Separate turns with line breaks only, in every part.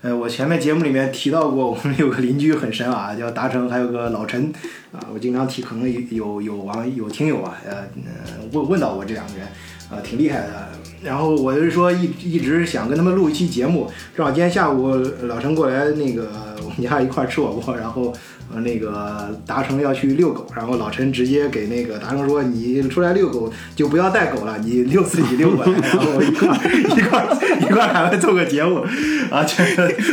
呃，我前面节目里面提到过，我们有个邻居很神啊，叫达成，还有个老陈啊，我经常提，可能有有网有听友啊，呃，问问到我这两个人，啊，挺厉害的。然后我就是说一一直想跟他们录一期节目，正好今天下午老陈过来那个我们家一块儿吃火锅，然后呃那个达成要去遛狗，然后老陈直接给那个达成说：“你出来遛狗就不要带狗了，你遛自己遛过来。”然后一块儿一块儿一块儿还会做个节目啊，这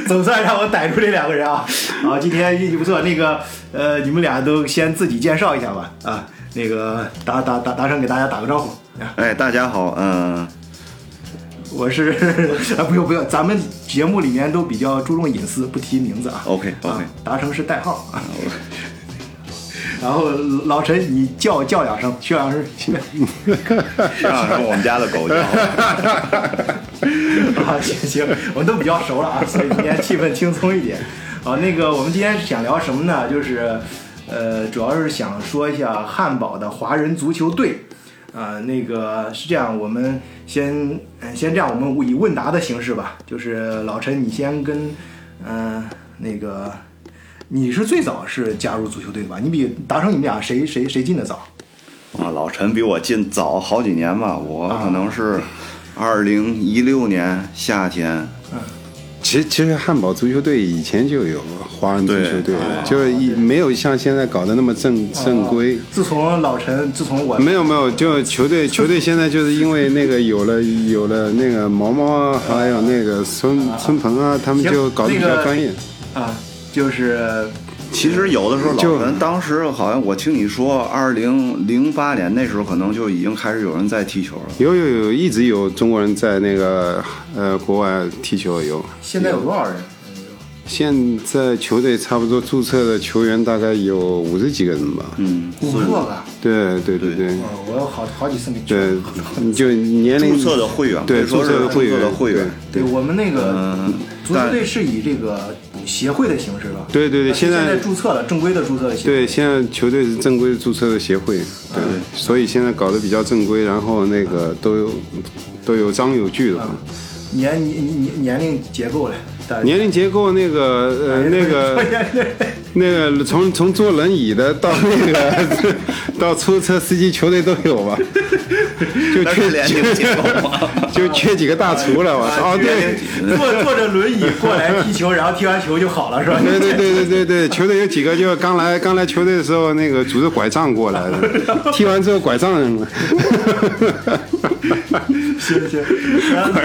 总算让我逮住这两个人啊！啊，今天运气不错，那个呃你们俩都先自己介绍一下吧啊，那个达达达达成给大家打个招呼。啊
哎，大家好，嗯、
我是 啊，不用不用，咱们节目里面都比较注重隐私，不提名字啊。
OK，
啊
OK
达成是代号啊。 然后老陈，你叫叫两声，薛老师，
让让我们家的狗叫，
啊，行行，我们都比较熟了啊，所以今天气氛轻松一点。啊，那个我们今天想聊什么呢？就是，呃，主要是想说一下汉堡的华人足球队。啊、那个是这样，我们先嗯先这样，我们以问答的形式吧。就是老陈，你先跟嗯、呃那个你是最早是加入足球队的吧？你比达成你们俩谁谁谁进的早？
啊，老陈比我进早好几年吧，我可能是二零一六年夏天，
其实其实汉堡足球队以前就有华人足球队了，就是一没有像现在搞得那么正正规。
自从老陈，自从我
没有没有，就球队球队现在就是因为那个有了有了那个毛毛啊，还有那个孙孙鹏啊，他们
行
就搞得比
那
较
个
专业。
啊、就是
其实有的时候
就
老陈当时好像我听你说，二零零八年那时候可能就已经开始有人在踢球了。
有有有，一直有中国人在那个呃国外踢球有。
现在有多少人？
现在球队差不多注册的球员大概有五十几个人吧。
嗯，
五十多个。
对对对对
嗯，我有好好几次没去。
对，你就年龄
注册的会员，
对
可以说是
注册的会员
注册的会员
对，
对我们那个
嗯
足球
但
队是以这个协会的形式吧？
对对对
但是
现在
现注册了，正规的注册的协会。
对，现在球队是正规注册的协会，对，所以现在搞得比较正规，然后那个都有都有章有据了。
年年年年龄结构嘞，大
年龄结构那个呃那个那个从从坐轮椅的到那个到出租车司机，球队都有吧？就
但
缺
是年龄结构嘛，
就缺几个大厨了，我操！哦，对。
坐坐着轮椅过来踢球，然后踢完球就好了，是吧？
对对对对对对，球队有几个就刚来刚来球队的时候，那个拄着拐杖过来的，踢完之后拐杖扔了。
行行，然后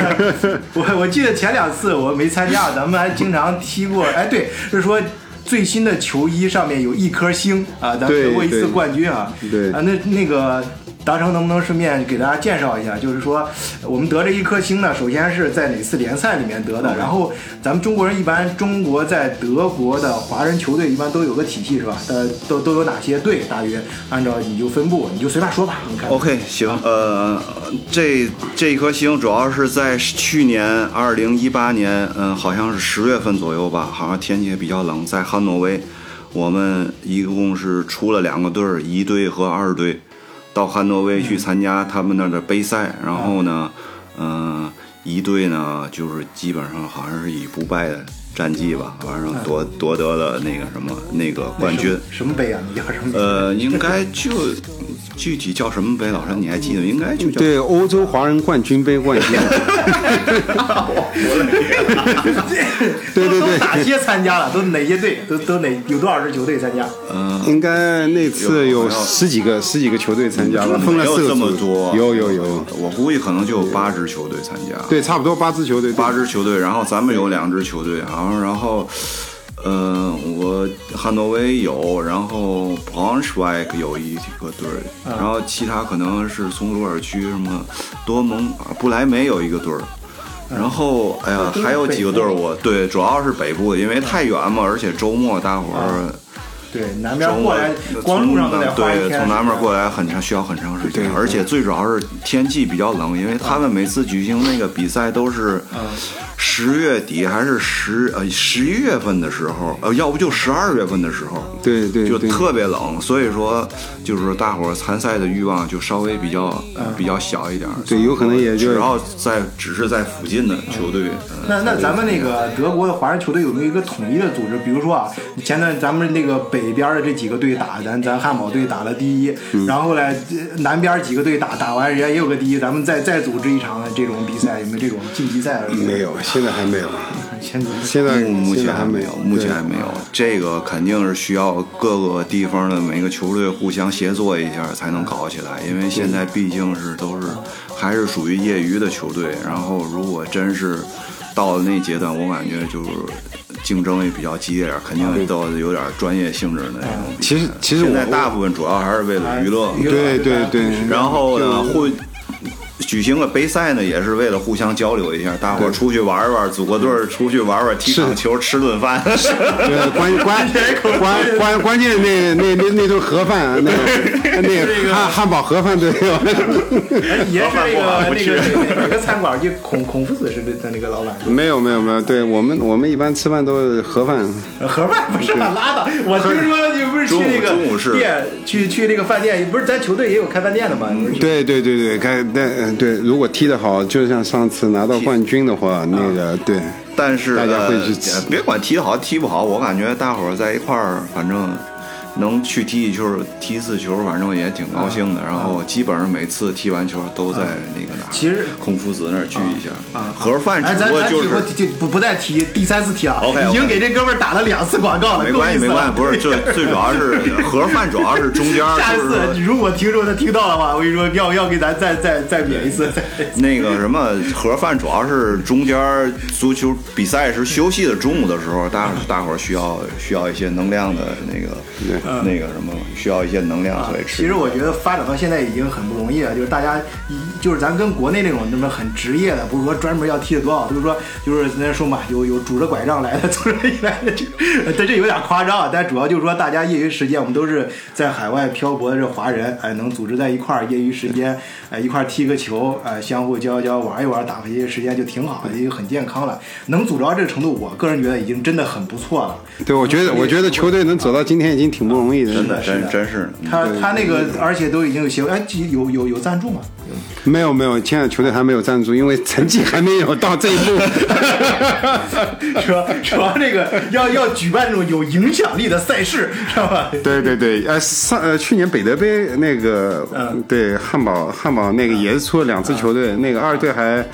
我我记得前两次我没参加，咱们还经常踢过。哎，对，就是说最新的球衣上面有一颗星啊，咱们
对
得过一次
对
冠军啊。
对
啊，那那个达成能不能顺便给大家介绍一下？就是说我们得这一颗星呢，首先是在哪次联赛里面得的？然后咱们中国人一般，中国在德国的华人球队一般都有个体系是吧？呃，都都有哪些队？大约按照你就分布，你就随便说吧。你看
OK，行，呃，这这一颗星主要是在去年二零一八年，嗯、好像是十月份左右吧，好像天气也比较冷，在汉诺威，我们一共是出了两个队儿，一队和二队，到汉诺威
嗯
去参加他们那儿的杯赛，然后呢，嗯、一队呢就是基本上好像是以不败的战绩吧，反正夺夺得了那个什么那个冠军。
嗯什么杯啊？你叫什么杯？
呃，应该就具体叫什么杯，老陈你还记得？应该就叫
对，欧洲华人冠军杯冠 军。对对
都
对
哪些参加了？都哪些队？都都哪有多少支球队参加？
嗯
应该那次有十几个十几个球队参加吧，分
嗯没
了
有
四个
这么
组
多，
有有有，，
我估计可能就有八支球队参加，
对，差不多八支球队，
八支球队，然后咱们有两支球队，然后然后。呃，我汉诺威有，然后 Braunschweig 有一个队儿，
嗯
然后其他可能是从鲁尔区什么多蒙、啊不莱梅有一个队儿，
嗯
然后哎呀还有几个队儿，我对主要是北部，因为太远嘛，而且周末大伙儿、
嗯
对，南边过来，光路上都得花一
对，
天。
从南边过来很长，需要很长时间，而
嗯
且最主要是天气比较冷，因为他们每次举行那个比赛都是十月底还是十呃十一月份的时候，呃，要不就十二月份的时候，
对对
就
对，
特别冷，所以说就是大伙儿参赛的欲望就稍微比较、呃
嗯
比较小一点儿，
对，有可能也就
只要在只是在附近的球队，呃
那那咱们那个德国的华人球队有没有一个统一的组织？比如说啊，前段咱们那个北边的这几个队打，咱咱汉堡队打了第一，然后嘞这南边几个队打，打完人家也有个第一，咱们再再组织一场这种比赛，有没有这种晋级赛？
没有，现在还没有，
先组织
现在
目嗯目
现
前
在还没有，
目前
对
还没有。这个肯定是需要各个地方的每个球队互相协作一下才能搞起来，因为现在毕竟是都是还是属于业余的球队。然后如果真是到了那阶段，我感觉就是竞争也比较激烈点儿，肯定都有点专业性质的那种比赛。
其实其实
现
我
在大部分主要还是为了娱乐。
娱乐
对对对，
然后呢，
嗯
互举行个杯赛呢，也是为了互相交流一下，大伙儿出去玩玩，组个队儿出去玩玩，踢场球，吃 顿饭。
对，关关 关关关键那那那那顿盒 饭，那个那个汉汉堡盒饭对，
哎也是那
老板
个
不
那
去
个哪个哪个餐馆？就孔孔夫子是不是的那个老板？
没有没有没有，对我们我们一般吃饭都是盒饭，
盒饭不是拉倒，我听说你不是去
嗯中午
那
中午
个
是
店，去去那个饭店，不是咱球队也有开饭店的吗？
嗯
你不是
对对对对，该但呃对，如果踢得好，就像上次拿到冠军的话，那
啊
个对，
但是
大家会
呃
去吃
别管踢得好踢不好，我感觉大伙儿在一块儿，反正能去踢一球、踢一次球，反正也挺高
啊
兴的。然后基本上每次踢完球都在那个哪儿，
其实
孔夫子那儿聚一下
啊，
盒饭
哎，
只
咱
不过
咱
就
以后
是。
就不不再提第三次提了
OK，OK
已经给这哥们儿打了两次广告了，
没关系，
够意
没
思啊了
关系，不是，这最主要是 盒饭，主要是中间儿
下
就是说
次如果听众他听到的话，我跟你说，要要给咱再再再免一次。再
那个什么盒饭，主要是中间儿足球比赛时休息的中午的时候，大大伙儿需要需要一些能量的那个那个什么，需要一些能量，所以吃。
啊其实我觉得发展到现在已经很不容易了，就是大家一就是咱跟国内那种那么很职业的，不是说专门要踢得多好，就是说就是那说嘛，有有拄着拐杖来的， 从这一来的这，但这有点夸张啊。但主要就是说大家业余时间，我们都是在海外漂泊的这华人，哎，能组织在一块儿，业余时间哎一块儿踢个球，哎，相互交交玩一玩，打发一些时间就挺好的，也很健康了。能组织到这个程度，我个人觉得已经真的很不错了。
对我觉得我觉得球队能走到今天已经挺不容易的，
真的，嗯真真是
他他那个，而且都已经有协哎有有有赞助吗？ 有
没有没有，现在球队还没有赞助，因为成绩还没有到这一步。
主要主要这个要要举办这种有影响力的赛事，知道吧？
对对对，呃，上呃去年北德杯那个，
嗯
对汉堡汉堡那个也是出了两支球队，那个二队还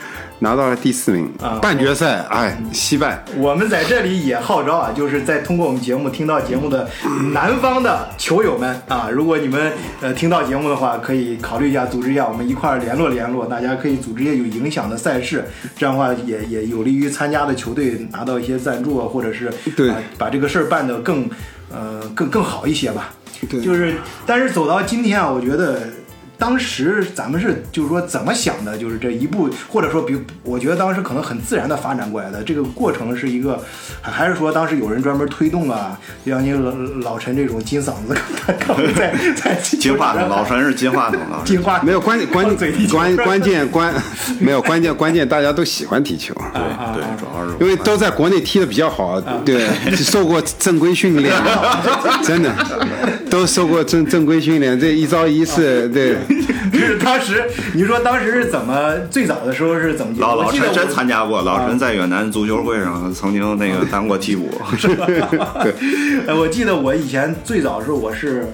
拿到了第四名，
嗯
半决赛哎惜败，
我们在这里也号召啊，就是在通过我们节目听到节目的南方的球友们啊，如果你们呃听到节目的话，可以考虑一下，组织一下，我们一块儿联络联络，大家可以组织一些有影响的赛事，这样的话也也有利于参加的球队拿到一些赞助啊，或者是
对
啊把这个事儿办得更呃更更好一些吧。
对
就是但是走到今天啊，我觉得。当时咱们是就是说怎么想的，就是这一步，或者说比我觉得当时可能很自然的发展过来的，这个过程是一个，还还是说当时有人专门推动啊，就像您老老陈这种金嗓子， 在在
金话筒，老陈是金话筒，老陈
金话
没有关键关
嘴嗯踢
键
球
关关键关没有关键关键大家都喜欢踢球。
对
啊
对，主要是
因为都在国内踢的比较好，啊对，受过正规训练，真的，都受过正正规训练，这一招一式，对，
就是当时你说当时是怎么最早的时候是怎么
老老
我记得
陈
我
真参加过，老陈在远南足球会上曾经那个当过替补，
呃，我记得我以前最早的时候，我是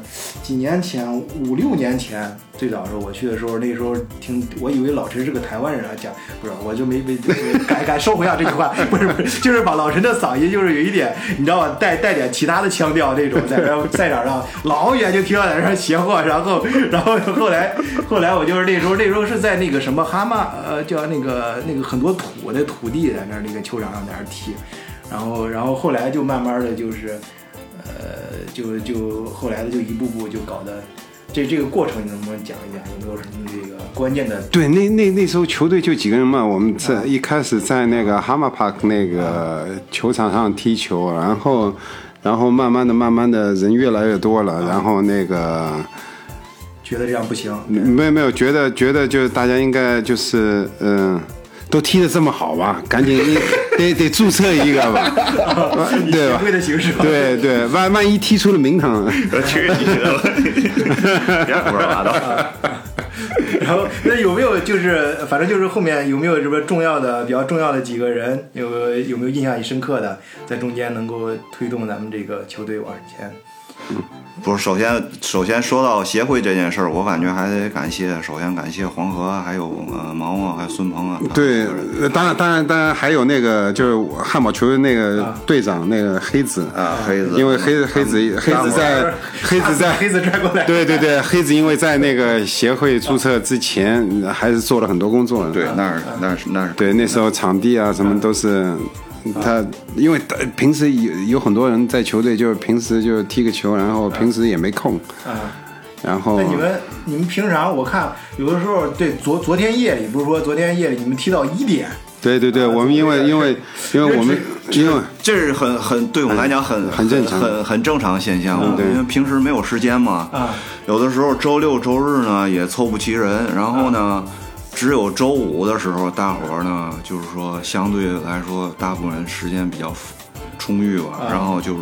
几年前，五六年前最早的时候我去的时候，那时候听我以为老陈是个台湾人啊，讲不是，我就没没没改改收回啊这句话，不是不是，就是把老陈的嗓音就是有一点，你知道吧，带带点其他的腔调那种，在这赛场上老远就听到在那邪惑，然后然后后来后来我就是那时候那时候是在那个什么哈马呃叫那个那个很多土的土地在那儿那个球场上在那儿踢。然后，然后后来就慢慢的就是，呃，就就后来的就一步步就搞的，这这个过程你能不能讲一讲？有没有什么这个关键的？
对，那那那时候球队就几个人嘛，我们在一开始在那个 Hammer Park 那个球场上踢球，然后然后慢慢的、慢慢的人越来越多了，然后那个
觉得这样不行，
没有没有觉得觉得就是大家应该就是嗯、都踢得这么好吧？赶紧得得注册一个吧，嗯对
协
吧？
会的形式吧。
对对，万万一踢出了名堂，
我去你的吧！别胡说八道。
然后那有没有就是反正就是后面有没有什么重要的比较重要的几个人有有没有印象你深刻的在中间能够推动咱们这个球队往前？
不是，首先首先说到协会这件事儿，我感觉还得感谢，首先感谢黄河，还有呃毛毛，还有孙鹏啊。他们
对
几个人，
呃当然当然当然还有那个就是我汉堡球队那个队长那个黑子，
啊，黑子，
嗯因为黑子黑子黑 子在黑子在
黑子拽过来，
对对对，黑子因为在那个协会注册之前，还是做了很多工作的。
对，那是那是那是
对，那时候场地啊什么都是他，因为他平时有有很多人在球队，就是平时就踢个球，然后平时也没空，
啊。
然后
那你们你们平常我看有的时候对昨昨天夜里不是说昨天夜里你们踢到一点，
对对
啊
对，我们因为因为因为我们因为
这是很很对我们来讲很
很正常嗯
很很正常现象。我们平时没有时间嘛，
啊
有的时候周六周日呢也凑不齐人，然后呢，
嗯
只有周五的时候，大伙儿呢就是说相对来说，大部分人时间比较充裕吧，
嗯
然后就是。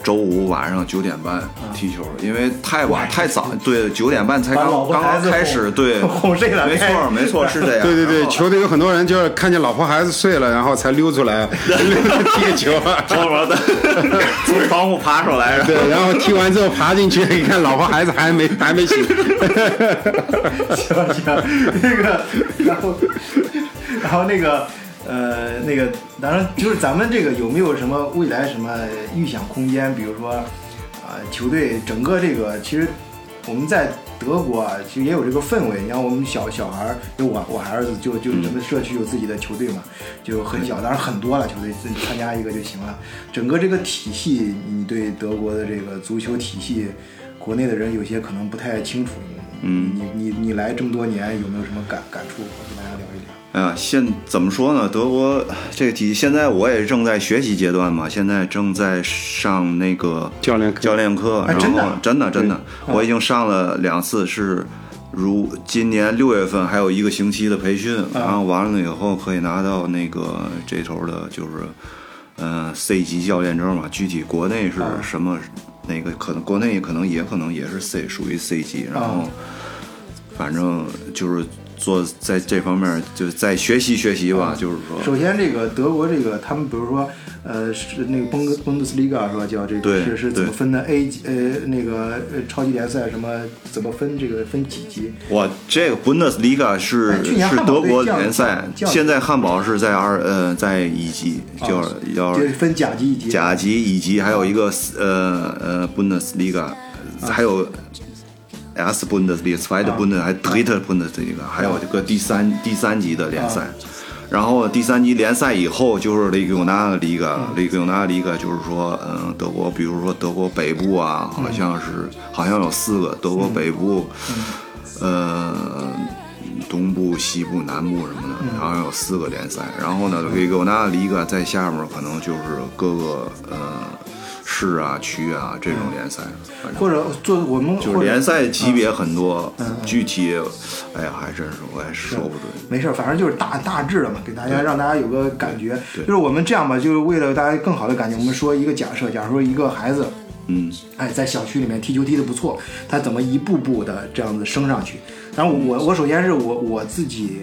周五晚上九点半踢球，因为太晚太早，对，九点半才
把
刚
老婆
刚
孩
刚
子
开始，
哄
对，
哄睡了
没
该
错没错是这样。
对对对，
然后
球队有很多人就是看见老婆孩子睡了，然后才溜 出来 踢个球。啊
偷摸的从窗户爬出来，然后
对，然后踢完之后爬进去，一看老婆孩子还没 还没醒，
行行，那个，然后，然后那个，呃，那个，当然就是咱们这个有没有什么未来什么预想空间？比如说，啊、呃球队整个这个，其实我们在德国啊，其实也有这个氛围。你看我们小小孩儿，就我我孩儿子就就整个社区有自己的球队嘛，就很小，当然很多了，球队自己参加一个就行了。整个这个体系，你对德国的这个足球体系，国内的人有些可能不太清楚。嗯，你你你来这么多年，有没有什么感感触？跟大家聊一聊。
哎呀，现怎么说呢？德国这个体系现在我也正在学习阶段嘛，现在正在上那个
教练课
教练课，
哎
然后
真的啊
真的真的，
嗯
我已经上了两次，是如今年六月份还有一个星期的培训，
嗯
然后完了以后可以拿到那个这头的就是呃 C 级教练证嘛，具体国内是
嗯
什么？那个可能国内可能也可能也是 C，属于 C 级，然后。
哦
反正就是做在这方面，就是再学习学习
嗯
吧。就是说，
首先，这个德国这个他们，比如说，呃，是那个崩崩德斯利嘎是吧？叫这个
对
是是怎
对
么分的？A 级呃那个呃超级联赛什么怎么分？这个分几级？
我这个 Bundesliga 是、
哎去年
是
汉堡
德
队
国
降
联赛，
降哦
现在汉堡是在二呃在乙级，叫要
就分甲级以及
甲级、乙级，还有一个呃呃
啊
Bundesliga，还有 S Bundesliga、zweite Bundes 还 dritte Bundesliga，还有这个第三第三级的联赛。然后第三级联赛以后就是 l i g u n a Liga，l i g u n a Liga 就是说，嗯，德国，比如说德国北部啊，好像是好像有四个德国北部，呃，东部、西部、南部什么的，然后有四个联赛。然后呢，维格纳里格在下面可能就是各个呃市啊、区啊这种联赛，反正
或者做我们
就是
或者嗯
联赛级别很多。具体，哎呀，还真是我也说不准。
没事儿，反正就是大大致了嘛，给大家让大家有个感觉。就是我们这样吧，就是为了大家更好的感觉，我们说一个假设，假如说一个孩子，
嗯，
哎，在小区里面踢球踢得不错，他怎么一步步的这样子升上去？然后我我首先是我我自己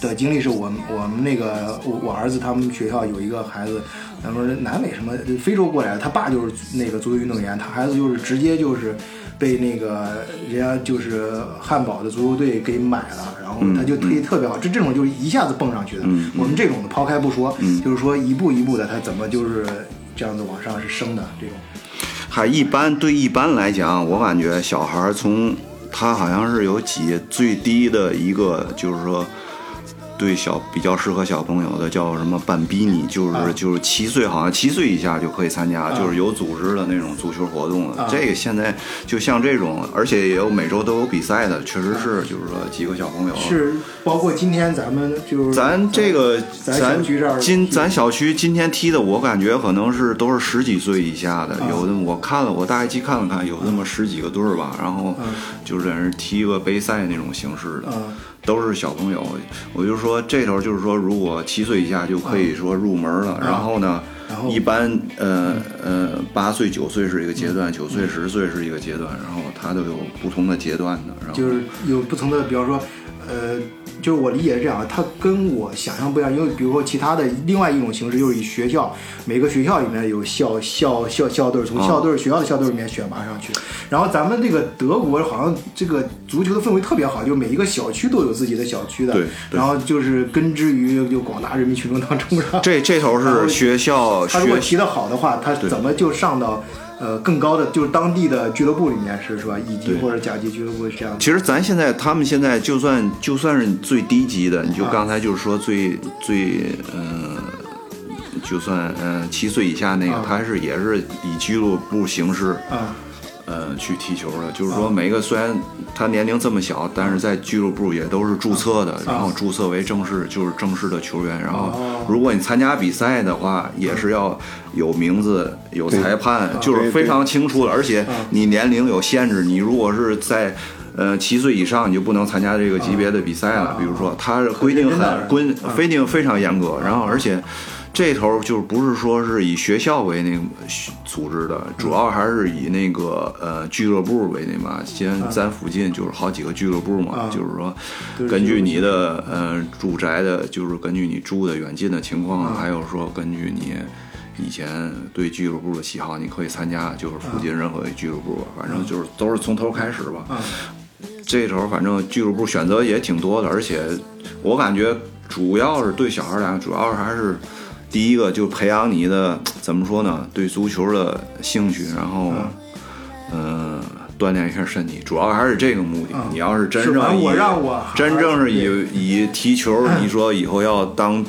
的经历是我们我们那个我我儿子他们学校有一个孩子，他们南美什么非洲过来的，他爸就是那个足球运动员，他孩子就是直接就是被那个人家就是汉堡的足球队给买了，然后
嗯
他就推特别好，这这种就是一下子蹦上去的。我们这种的抛开不说，
嗯
就是说一步一步的他怎么就是这样子往上是升的这种。
还一般对一般来讲，我感觉小孩儿从他好像是有几最低的一个，就是说对小比较适合小朋友的叫什么半逼你，就是、
啊
就是七岁，好像七岁以下就可以参加，就是有组织的那种足球活动了。
啊
这个现在就像这种，而且也有每周都有比赛的，确实是就是说几个小朋友
是包括今天咱们就是
哦咱这个
咱小区这儿
今咱小区今天踢的，我感觉可能是都是十几岁以下
啊
的，有的我看了，我大概去看了
啊
看，有那么十几个队儿吧，然后就是在那儿踢个杯赛那种形式的
嗯。
都是小朋友。我就说这头就是说，如果七岁以下就可以说入门了，然后呢，
啊然后
一般呃呃八岁九岁是一个阶
嗯
段，九岁十岁是一个阶段，然后它都有不同的阶段的，然后
就是有不同的，比方说，呃，就是我理解是这样，它跟我想象不一样，因为比如说其他的另外一种形式，就是以学校每个学校里面有校校校校队儿，从校队
哦
儿、学校的校队儿里面选拔上去。然后咱们这个德国好像这个足球的氛围特别好，就每一个小区都有自己的小区的
对，对
然后就是根植于就广大人民群众当中，然后
这这头
然后
是学校
他如果
学
踢得好的话，他怎么就上到呃更高的，就是当地的俱乐部里面是是吧？乙级或者甲级俱乐部是这样的。
其实咱现在，他们现在就算就算是最低级的，你就刚才就是说最最呃，就算呃七岁以下那个，他是也是以俱乐部形式
啊，
呃去踢球的。就是说，每一个虽然他年龄这么小，但是在俱乐部也都是注册的，然后注册为正式就是正式的球员。然后，如果你参加比赛的话，也是要有名字、有裁判，就是非常清楚的，而且你年龄有限制，你如果是在。呃，七岁以上你就不能参加这个级别的比赛了。比如说，它是啊规定
认真的
很规规定非常严格，然后而且这头就是不是说是以学校为那个组织的，主要还是以那个呃俱乐部为那嘛。先咱附近就是好几个俱乐部嘛，就是说根据你的呃住宅的，就是根据你住的远近的情况，啊还有说根据你。以前对俱乐部的喜好，你可以参加，就是附近任何一俱乐部，啊反正就是都是从头开始吧。这头反正俱乐部选择也挺多的，而且我感觉主要是对小孩儿来讲，主要还是第一个就培养你的怎么说呢，对足球的兴趣，然后嗯、呃锻炼一下身体，主要还是这个目的。你要是真
嗯是吧
正以
我让我
真正
对
是以以踢球，你说以后要当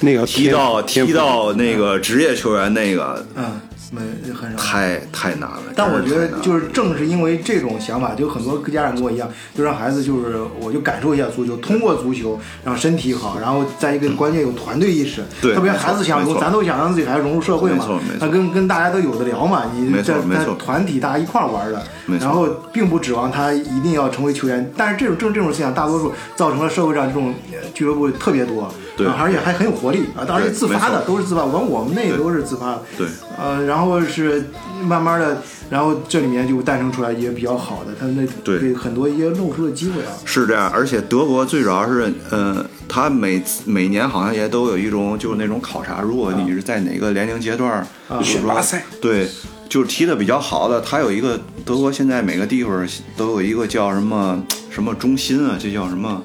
那个
踢
天
到
天
踢
赋
到那个职业球员那个
嗯，没很少。
太太难了。
但我
真
觉
是
得
太难了
就是正是因为这种想法，就很多家长跟我一样，就让孩子就是我就感受一下足球，通过足球让身体好，然后再一个关键有团队意识。
对
特别
没错
孩子想
没
融，
错
咱都想让自己孩子融入社会
没
嘛
错没错，
那跟跟大家都有的聊嘛，你
没错
在
没
在
错
团体大家一块儿玩的
没，错
然后并不指望他一定要成为球员，但是这种正这种思想大多数造成了社会上这种呃俱乐部特别多，
对
啊而且还很有活力啊，当然是
对
自发的
没错
都是自发，完我们那也
对
都是自发的。
对
呃，然后是慢慢的，然后这里面就诞生出来一些比较好的，他们的
对
给很多一些露出的机会啊。
是这样，而且德国最主要是，呃，它每每年好像也都有一种就是那种考察，如果你是在哪个年龄阶段儿，比如
选
说
拔赛，
对，就是踢得比较好的，它有一个德国现在每个地方都有一个叫什么什么中心啊，这叫什么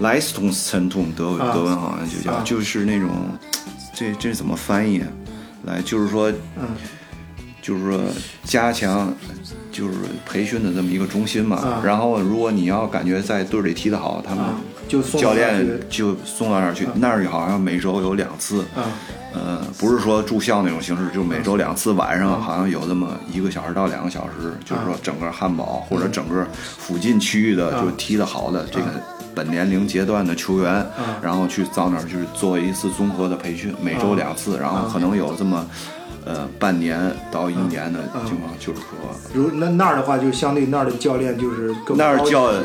Leistungszentrum，德文、
啊
德文好像就叫，
啊
就是那种这这怎么翻译啊？来，就是说
嗯，
就是说加强就是培训的这么一个中心嘛。
啊
然后如果你要感觉在队里踢得好，他们
啊就送到
教
那
练
儿
就送到那儿去，那儿好像每周有两次。
啊
呃，不是说住校那种形式，就是每周两次，晚
嗯
上好像有那么一个小时到两个小时，就是说整个汉堡或者整个附近区域
嗯
的，就踢得好的这个本年龄阶段的球员，
嗯
然后去到那儿去做一次综合的培训，每周两
嗯
次，然后可能有这么。呃，半年到一年的
嗯
情况，就是说
如那那儿的话，就相对那儿的教练就是更
那儿
高一
教
些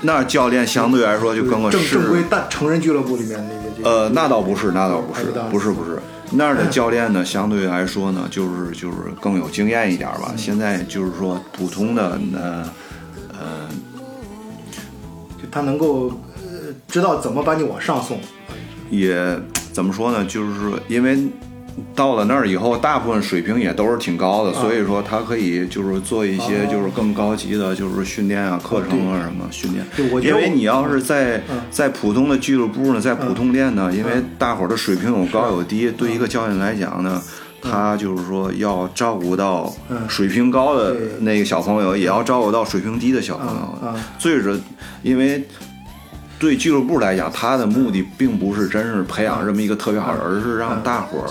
那儿教练相对来说
嗯就
就
是
跟个
正
是
正规大成人俱乐部里面那些这个
呃，那倒不是，啊那倒不是
还不到，
不是不是。那儿的教练呢，相对来说呢，就是就是更有经验一点儿吧。现在就是说普通的呃呃，
就他能够呃知道怎么把你往上送。
也怎么说呢，就是说因为到了那儿以后，大部分水平也都是挺
啊
高的，所以说他可以就是做一
哦
些就是更高级的，就是训练啊、课程啊什么训练
对我。嗯觉
因
得
为
我
你要是在在普通的俱乐部呢，在
嗯
普通练呢，因为大伙儿的水平有高有低，对一个教练来讲呢。
嗯
他就是说要照顾到水平高的
对
那个小朋友，也要照顾到水平低的小朋
嗯
友
嗯。
最是因为对俱乐部来讲，他的目的并不是真是培养这么一个特别好人，而是让大伙儿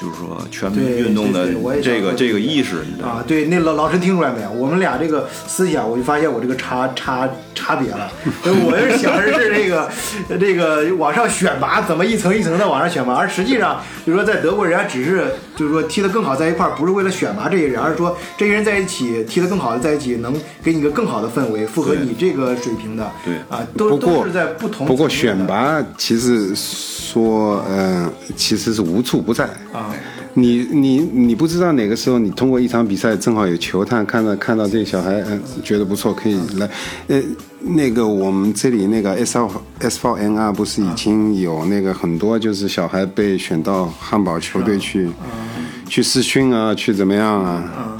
就是说全
嗯
民
对
运动的
对对我也想
这个
说
这个意识，你知道吗？
啊，对，那老老陈听出来没有？我们俩这个思想，我就发现我这个差差差别 了。我是想的是这个这个往上选拔，怎么一层一层的往上选拔，而实际上就是说在德国，人家只是就是说踢得更好在一块儿，不是为了选拔这些人，而是说这些人在一起踢得更好的在一起，能给你一个更好的氛围，符合
对
你这个水平的。
对
啊，
不
都
过
都是在不同
不过
层面的
选拔其实说，嗯、其实是无处不在。
啊，
你你你不知道哪个时候，你通过一场比赛正好有球探看到看到这个小孩，嗯、觉得不错，可以来。呃，那个我们这里那个 S 二 S 4 N R 不是已经有那个很多就是小孩被选到汉堡球队去、嗯去试训啊，去怎么样啊？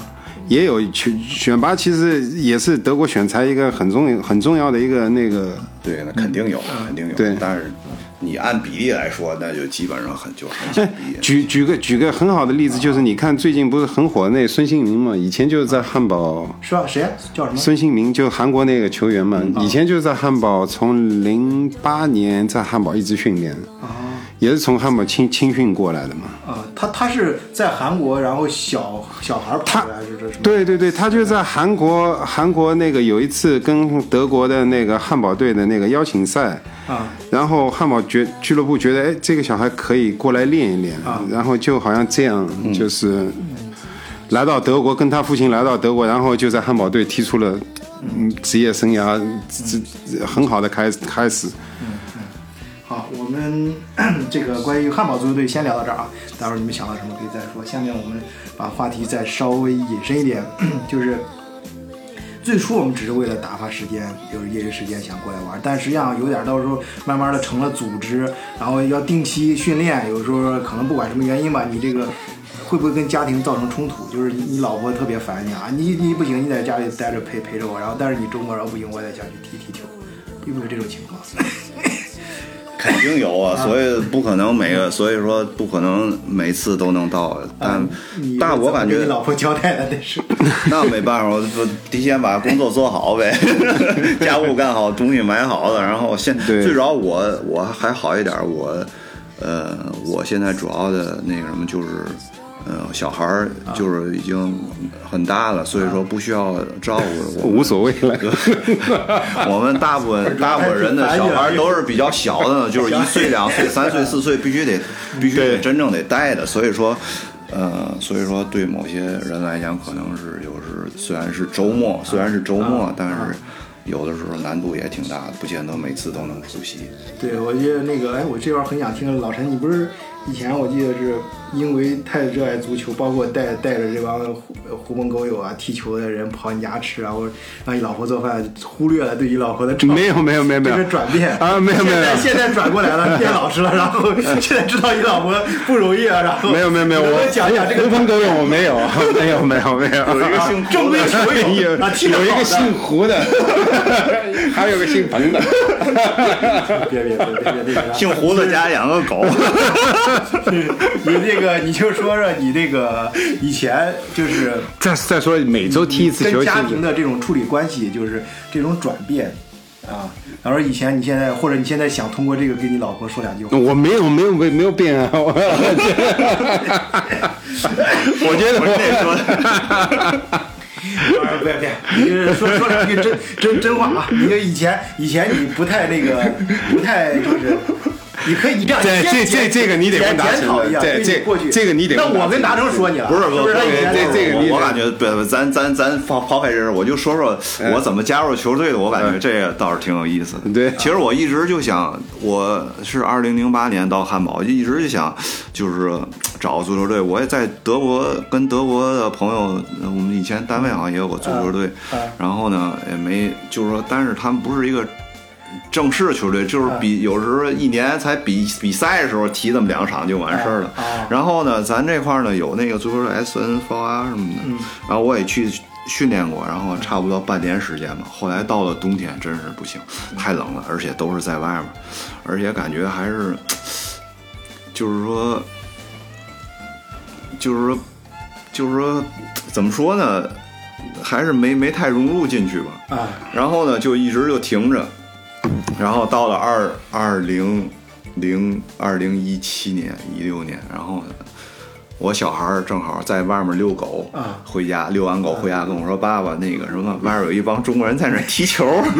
也有选选拔，其实也是德国选材一个很重很重要的一个那个
对，那肯定有，
嗯
肯定有。
对
但是你按比例来说，那就基本上很就很小
哎
比例。
举举个举个很好的例子，就是你看最近不是很火那孙兴民嘛，以前就是在汉堡，
是吧？谁啊叫什么？嗯啊
孙兴民就韩国那个球员嘛，以前就是在汉堡，从零八年在汉堡一直训练，也是从汉堡青青训过来的嘛。
啊，他他是在韩国，然后小小孩儿跑出来是这什么？
对对对，他就在韩国，韩国那个有一次跟德国的那个汉堡队的那个邀请赛，
啊，
然后汉堡觉俱乐部觉得，哎，这个小孩可以过来练一练，
啊
然后就好像这样，就是来到德国，跟他父亲来到德国，然后就在汉堡队踢出了嗯职业生涯这这很好的开开始。
好，我们嗯这个关于汉堡足球队先聊到这儿啊，待会儿你们想到什么可以再说。下面我们把话题再稍微引申一点， 就是最初我们只是为了打发时间，就是业余时间想过来玩，但实际上有点到时候慢慢的成了组织，然后要定期训练，有时候可能不管什么原因吧，你这个。会不会跟家庭造成冲突？就是你你老婆特别烦你啊，你你不行，你在家里待着陪陪着我，然后但是你周末然后不行，我也得下去踢踢球，有没有这种情况？
肯定有啊，
嗯
所以不可能每个，所以说不可能每次都能到，但
你
但我感
怎么跟嗯
觉
你老婆交代的那是，
那没办法，我就提前把工作做好 呗，家务干好，东西买好了，然后现
对
最主要我我还好一点，我呃我现在主要的那个什么就是。呃，小孩儿就是已经很大了，所以说不需要照顾我。
无所谓了，
哦
我们大部分大部分人的小孩都是比较小的呢，就是一岁、两岁、三岁、四岁，必须得必须得真正得带的。所以说，呃，所以说对某些人来讲，可能是有时虽然是周末，虽然是周末，但是有的时候难度也挺大的，不见得每次都能出席。
对我觉得那个，哎，我这边很想听老陈，你不是以前我记得是因为太热爱足球，包括带带着这帮狐狐朋狗友啊踢球的人跑你家吃啊，或者让你老婆做饭，忽略了对你老婆的照顾
没有没有没有没有
这是转变
啊没有没有
现在现在转过来了，变老实了，然 后现在知道你老婆不容易啊，然后
没有没有没有，
能不能
我
讲讲这个
狐朋狗友我没有，没有没有没有，
有一个姓
正规 球
有
友啊，踢得
有一
好
个
的
姓胡的， 还有个姓彭的。
别别别别别别 别，
姓胡的家养个狗，
你这个你就说说你这个以前就是
再再说每周踢一次球，
跟
其
家
实
庭的这种处理关系，就是这种转变啊。然后以前你现在或者你现在想通过这个跟你老婆说两句话，
我没有没有没没有变啊， 我我觉得
我这说
我。
啊不要不要，你就是说说两句真 真真话啊。你就以前以前你不太那个，不太就是。你可以，你这样，
对
你先
这这这个你得问达成
检讨一下，
对
对你
这
过去
这个你得
那
问
我
达成
跟达成说你了，
不是
不
不
是他以前
这这个
我
你
我感觉不不，咱咱咱抛抛开这事，我就说说我怎么加入球队的，我感觉这个倒是挺有意思的。
哎对
其实我一直就想，我是二零零八年到汉堡，一直就想就是找足球队。我也在德国跟德国的朋友，呃我们以前单位好像也有个足球队
嗯嗯，
然后呢也没就是说，但是他们不是一个。正式的球队就是比有时候一年才比比赛的时候踢那么两场就完事儿了
啊啊。
然后呢，咱这块儿呢有那个足球的 S N V R 什么的，然后我也去训练过，然后差不多半年时间吧。后来到了冬天，真是不行，太冷了，而且都是在外面，而且感觉还是，就是说，就是说，就是说，怎么说呢，还是没没太融入进去吧。
啊，
然后呢，就一直就停着，然后到了二二零零二零一七年一六年，然后我小孩儿正好在外面遛狗，
啊
回家遛完狗回家跟我说：“爸爸，那个什么，外面有一帮中国人在那儿踢球。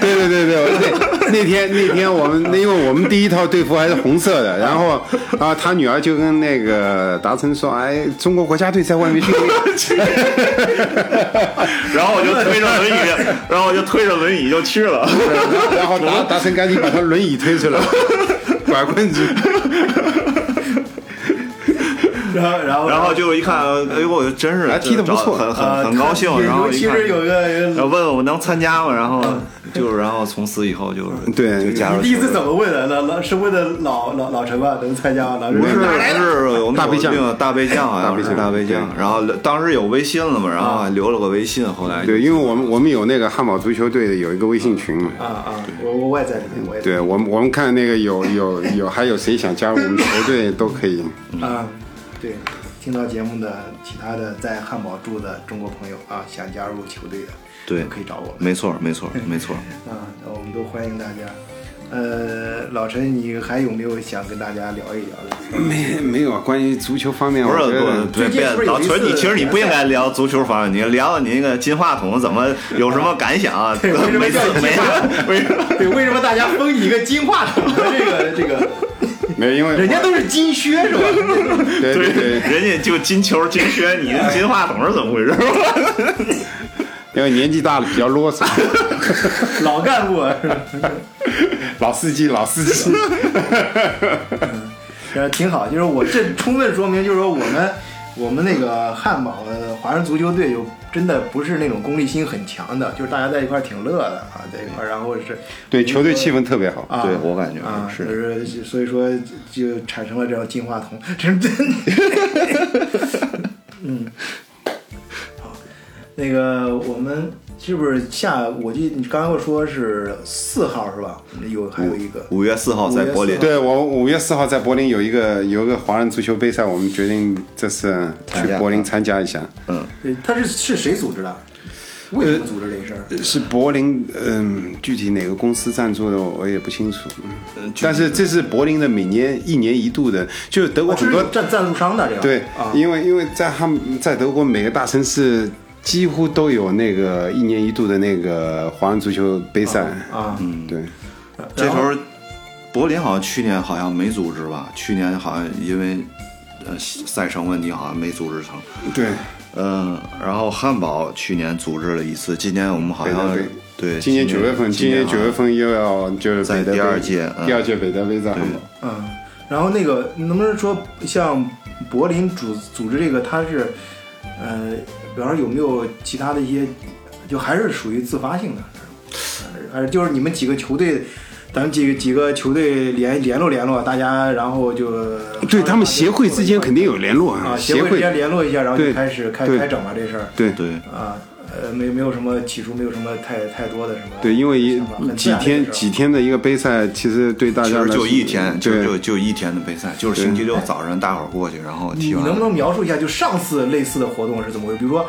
对对对对，那那天那天我们，因为我们第一套队服还是红色的，然后啊，他女儿就跟那个达成说：“哎，中国国家队在外面训练。”
然后我就推着轮 椅，然后我就推着轮椅就去了。
然后达达成赶紧把他轮椅推出来，拐棍子。
然后然后
然后就一看，哎呦，我真是
还踢得不错
很
呃
很很高兴
他。
然后
尤
一
其
看
是有
然
个
后问我能参加吗？然后就然后从此以后就
对
就加入
你第一次
球队
怎么问的？老老是问的老老老陈吧，能参加吗？老陈
不是，
说
是我们
大
有
背将
那个大背将
啊
好像是
大
大
背
背
将
将，然后当时有微信了嘛，然后还留了个微信，后来
对，因为我们我们有那个汉堡足球队的有一个微信群嘛。
啊啊，我我我也在里面，我也在
对我们，我们看那个有有有，还有谁想加入我们球队都可以。
啊，对，听到节目的其他的在汉堡住的中国朋友啊，想加入球队的，
对
都可以找我们
没错没错没错，
啊，我们都欢迎大家。呃，老陈，你还有没有想跟大家聊一聊的？
没没有啊，关于足球方面，
不
我觉
是
得
不别
最近
别
是不是有
老
一
陈，
次
你其实你不应该聊足球方面，你聊聊你那个金话筒怎么有什么感想啊？
对为什么
没
叫
没
金话筒
没没
对，为什么大家封你一个金话筒的这个这个？
没有，因为
人家都是金靴是吧？
对对对，
人家就金球金靴，你这金话筒是怎么回事？
哎
因为年纪大了比较啰嗦，
老干部。啊是吧
老司机老司机。
呃，挺好，就是我这充分说明，就是说我们我们那个汉堡的华人足球队有真的不是那种功利心很强的，就是大家在一块儿挺乐的啊，在一块儿，然后是
对，球队气氛特别好。
啊，
对我感觉
啊
是
就是所以说就产生了这种进化桶，真真，嗯，好，那个我们是不是下？我记你刚才跟我说是四号是吧？有还有一个
五月四号在柏林，
对我五月四号在柏林有一个有一个华人足球杯赛，我们决定这次去
参加
柏林参加一下。
嗯，
对，他是是谁组织的？为什么组织这事儿？
呃是柏林，嗯，具体哪个公司赞助的我也不清楚。但是这是柏林的每年一年一度的，就是德国
我
很多、
赞赞助商的这个
对，
啊，
因为因为在他们在德国每个大城市几乎都有那个一年一度的那个华人足球杯赛。
啊，
嗯，对，
这
然
头
后
儿柏林好像去年好像没组织吧？去年好像因为呃赛程问题好像没组织成。
对，
嗯，然后汉堡去年组织了一次，今年我们好像
北德杯
对
今年九月份，今年九月份又要就是
在
北德杯
第二届嗯
第二届北德杯在汉堡。
嗯，然后那个能不能说像柏林组组织这个，它是呃，比方说有没有其他的一些，就还是属于自发性的，是吧呃还是就是你们几个球队。咱们几个几个球队联联络联络，大家然后就
对他们协会之间肯定有联络
啊，协
协
会之
会
间联络一下，然后就
对
开始开
对
开整了这事儿
对
对
啊，呃，没没有什么起初没有什么太太多的什么
对，因为一
想法很自
几
然的
天
事儿
几天的一个杯赛，其实对大
其
家来
实就
说
一天，就
对
就就一天的杯赛，就是星期六早上大伙儿过去，然后
你
踢完
能不能描述一下，就上次类似的活动是怎么回事？比如说，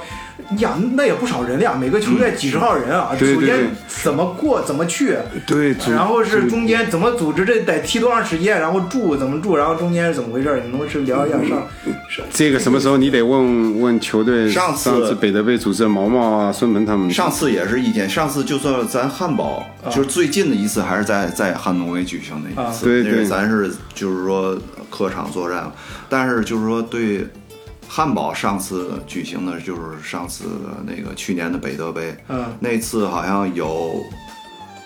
呀，那也不少人了呀，每个球队几十号人啊，
对
首
对
先
对
怎么过，怎么去，
对，组
然后是
组
中间怎么组织，这得踢多长时间，然后住怎么住，然后中间是怎么回事？你能不能是聊一下上？是
这个什么时候你得问问球队
上次
次北德杯组织的毛毛啊、孙鹏他们
上次也是一天，上次就算咱汉堡，就是最近的一次还是在在汉诺威举行的一次，
对
那是
对
咱是就是说客场作战，但是就是说对汉堡上次举行的就是上次的那个去年的北德杯，
嗯，
那次好像有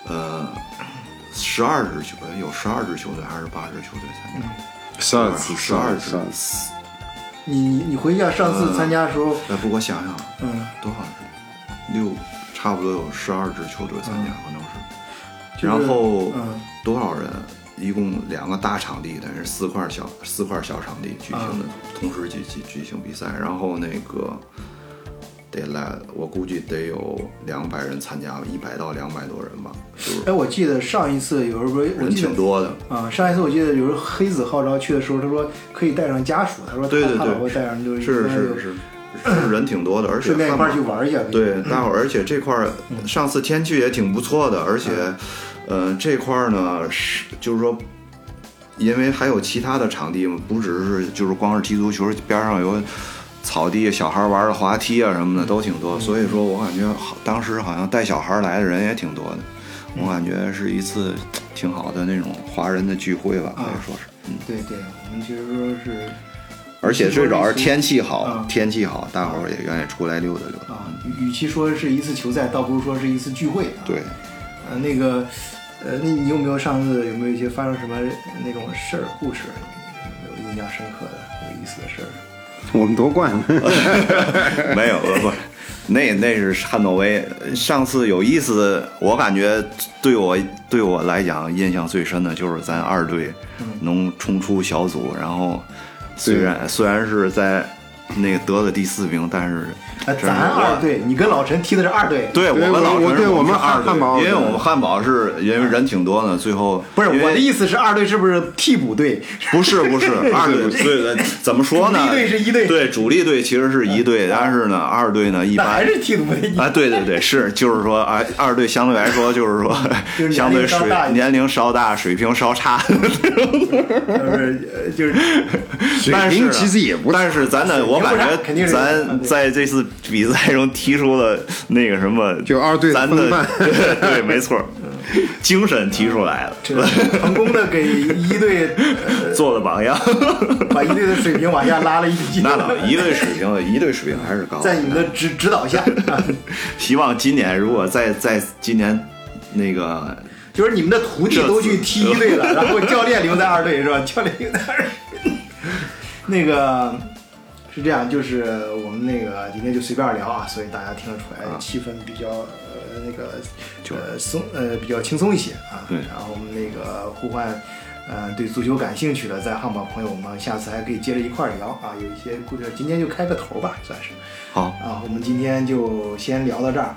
呃十二支球队，有十二支球队还是八支球队参加，
十二次
十二支
十二，
你你你回忆一下上次参加的时候，
哎，不过想想
嗯，
多少支，六差不多有十二支球队参加，可能是。
就是
然后
嗯
多少人？一共两个大场地，但是四块小四块小场地举行的，同时举举举行比赛。然后那个得来，我估计得有两百人参加，一百到两百多人吧，就是
哎，我记得上一次有时候不是，我
人
记得
挺多的。
啊，上一次我记得有时候黑子号召去的时候，他说可以带上家属，他说
对对
他他老
对
婆带上就是
是
应该有
是是，是人挺多的，而且
顺便一块儿
汉堡
去玩一下，
对，大伙儿，而且这块儿
嗯
上次天气也挺不错的，而且，呃，这块儿呢是就是说，因为还有其他的场地嘛，不只是就是光是踢足球，边上有草地，小孩玩的滑梯啊什
嗯
么的都挺多。所以说我感觉好，当时好像带小孩来的人也挺多的，
嗯
我感觉是一次挺好的那种华人的聚会吧，可
啊
以说是。嗯，
对对，我们其实说是
而且最主要是天气好
嗯，
天气好，大伙儿也愿意出来溜达溜达。
啊，与与其说是一次球赛，倒不如说是一次聚会啊。
对，
呃，那个，呃，那你有没有上次有没有一些发生什么那种事儿故事，有印象深刻的、有意思的事儿？
我们夺冠了。
没有不不，那那是汉诺威。上次有意思，我感觉对我对我来讲印象最深的就是咱二队
嗯
能冲出小组，然后虽然虽然是在那个得了第四名，但是
呃，
真是
咱
我
二队，你跟老陈踢的是二队，
啊对我
对
跟
我
老
我
陈
对
是
我们
是二队
汉堡
因为
对
我们汉堡是因为人挺多的，最后
不是
因为
我的意思是二队是不是替补队？
不是 不是，二队对对，怎么说呢？
主力队是一队哎
对主力队其实是一队，但是呢，二队呢一
那
般
还是替补队？
啊，对对对，是就是说啊，二队相对来说就是说
就是年龄
相对
稍
水
大一点
年龄稍大，水平稍差，
不是，呃就是
但是
平
呢
其实也不
但是咱呢，我
不
感
差肯定
觉
是嗯
咱
对
在这次比赛中踢出了那个什么，
就二队的
咱
风
的
范
对对，没错，精神踢出来了，
这 个成功的给一队
做了榜样。
把一队的水平往下拉了一级。
那倒，一队水平，一队水平还是高的。
在你们的指指导下，啊
希望今年如果再在今年那个
就是你们的徒弟都去踢一队了，然后教练留在二队是吧？教练留在二队。那个是这样，就是我们那个今天就随便聊啊，所以大家听得出来气氛比较呃那个呃松呃比较轻松一些啊。
对
然后我们那个互换。呃，对足球感兴趣的在汉堡朋友们，下次还可以接着一块儿聊啊。有一些故事，今天就开个头吧，算是。
好，
啊，我们今天就先聊到这儿。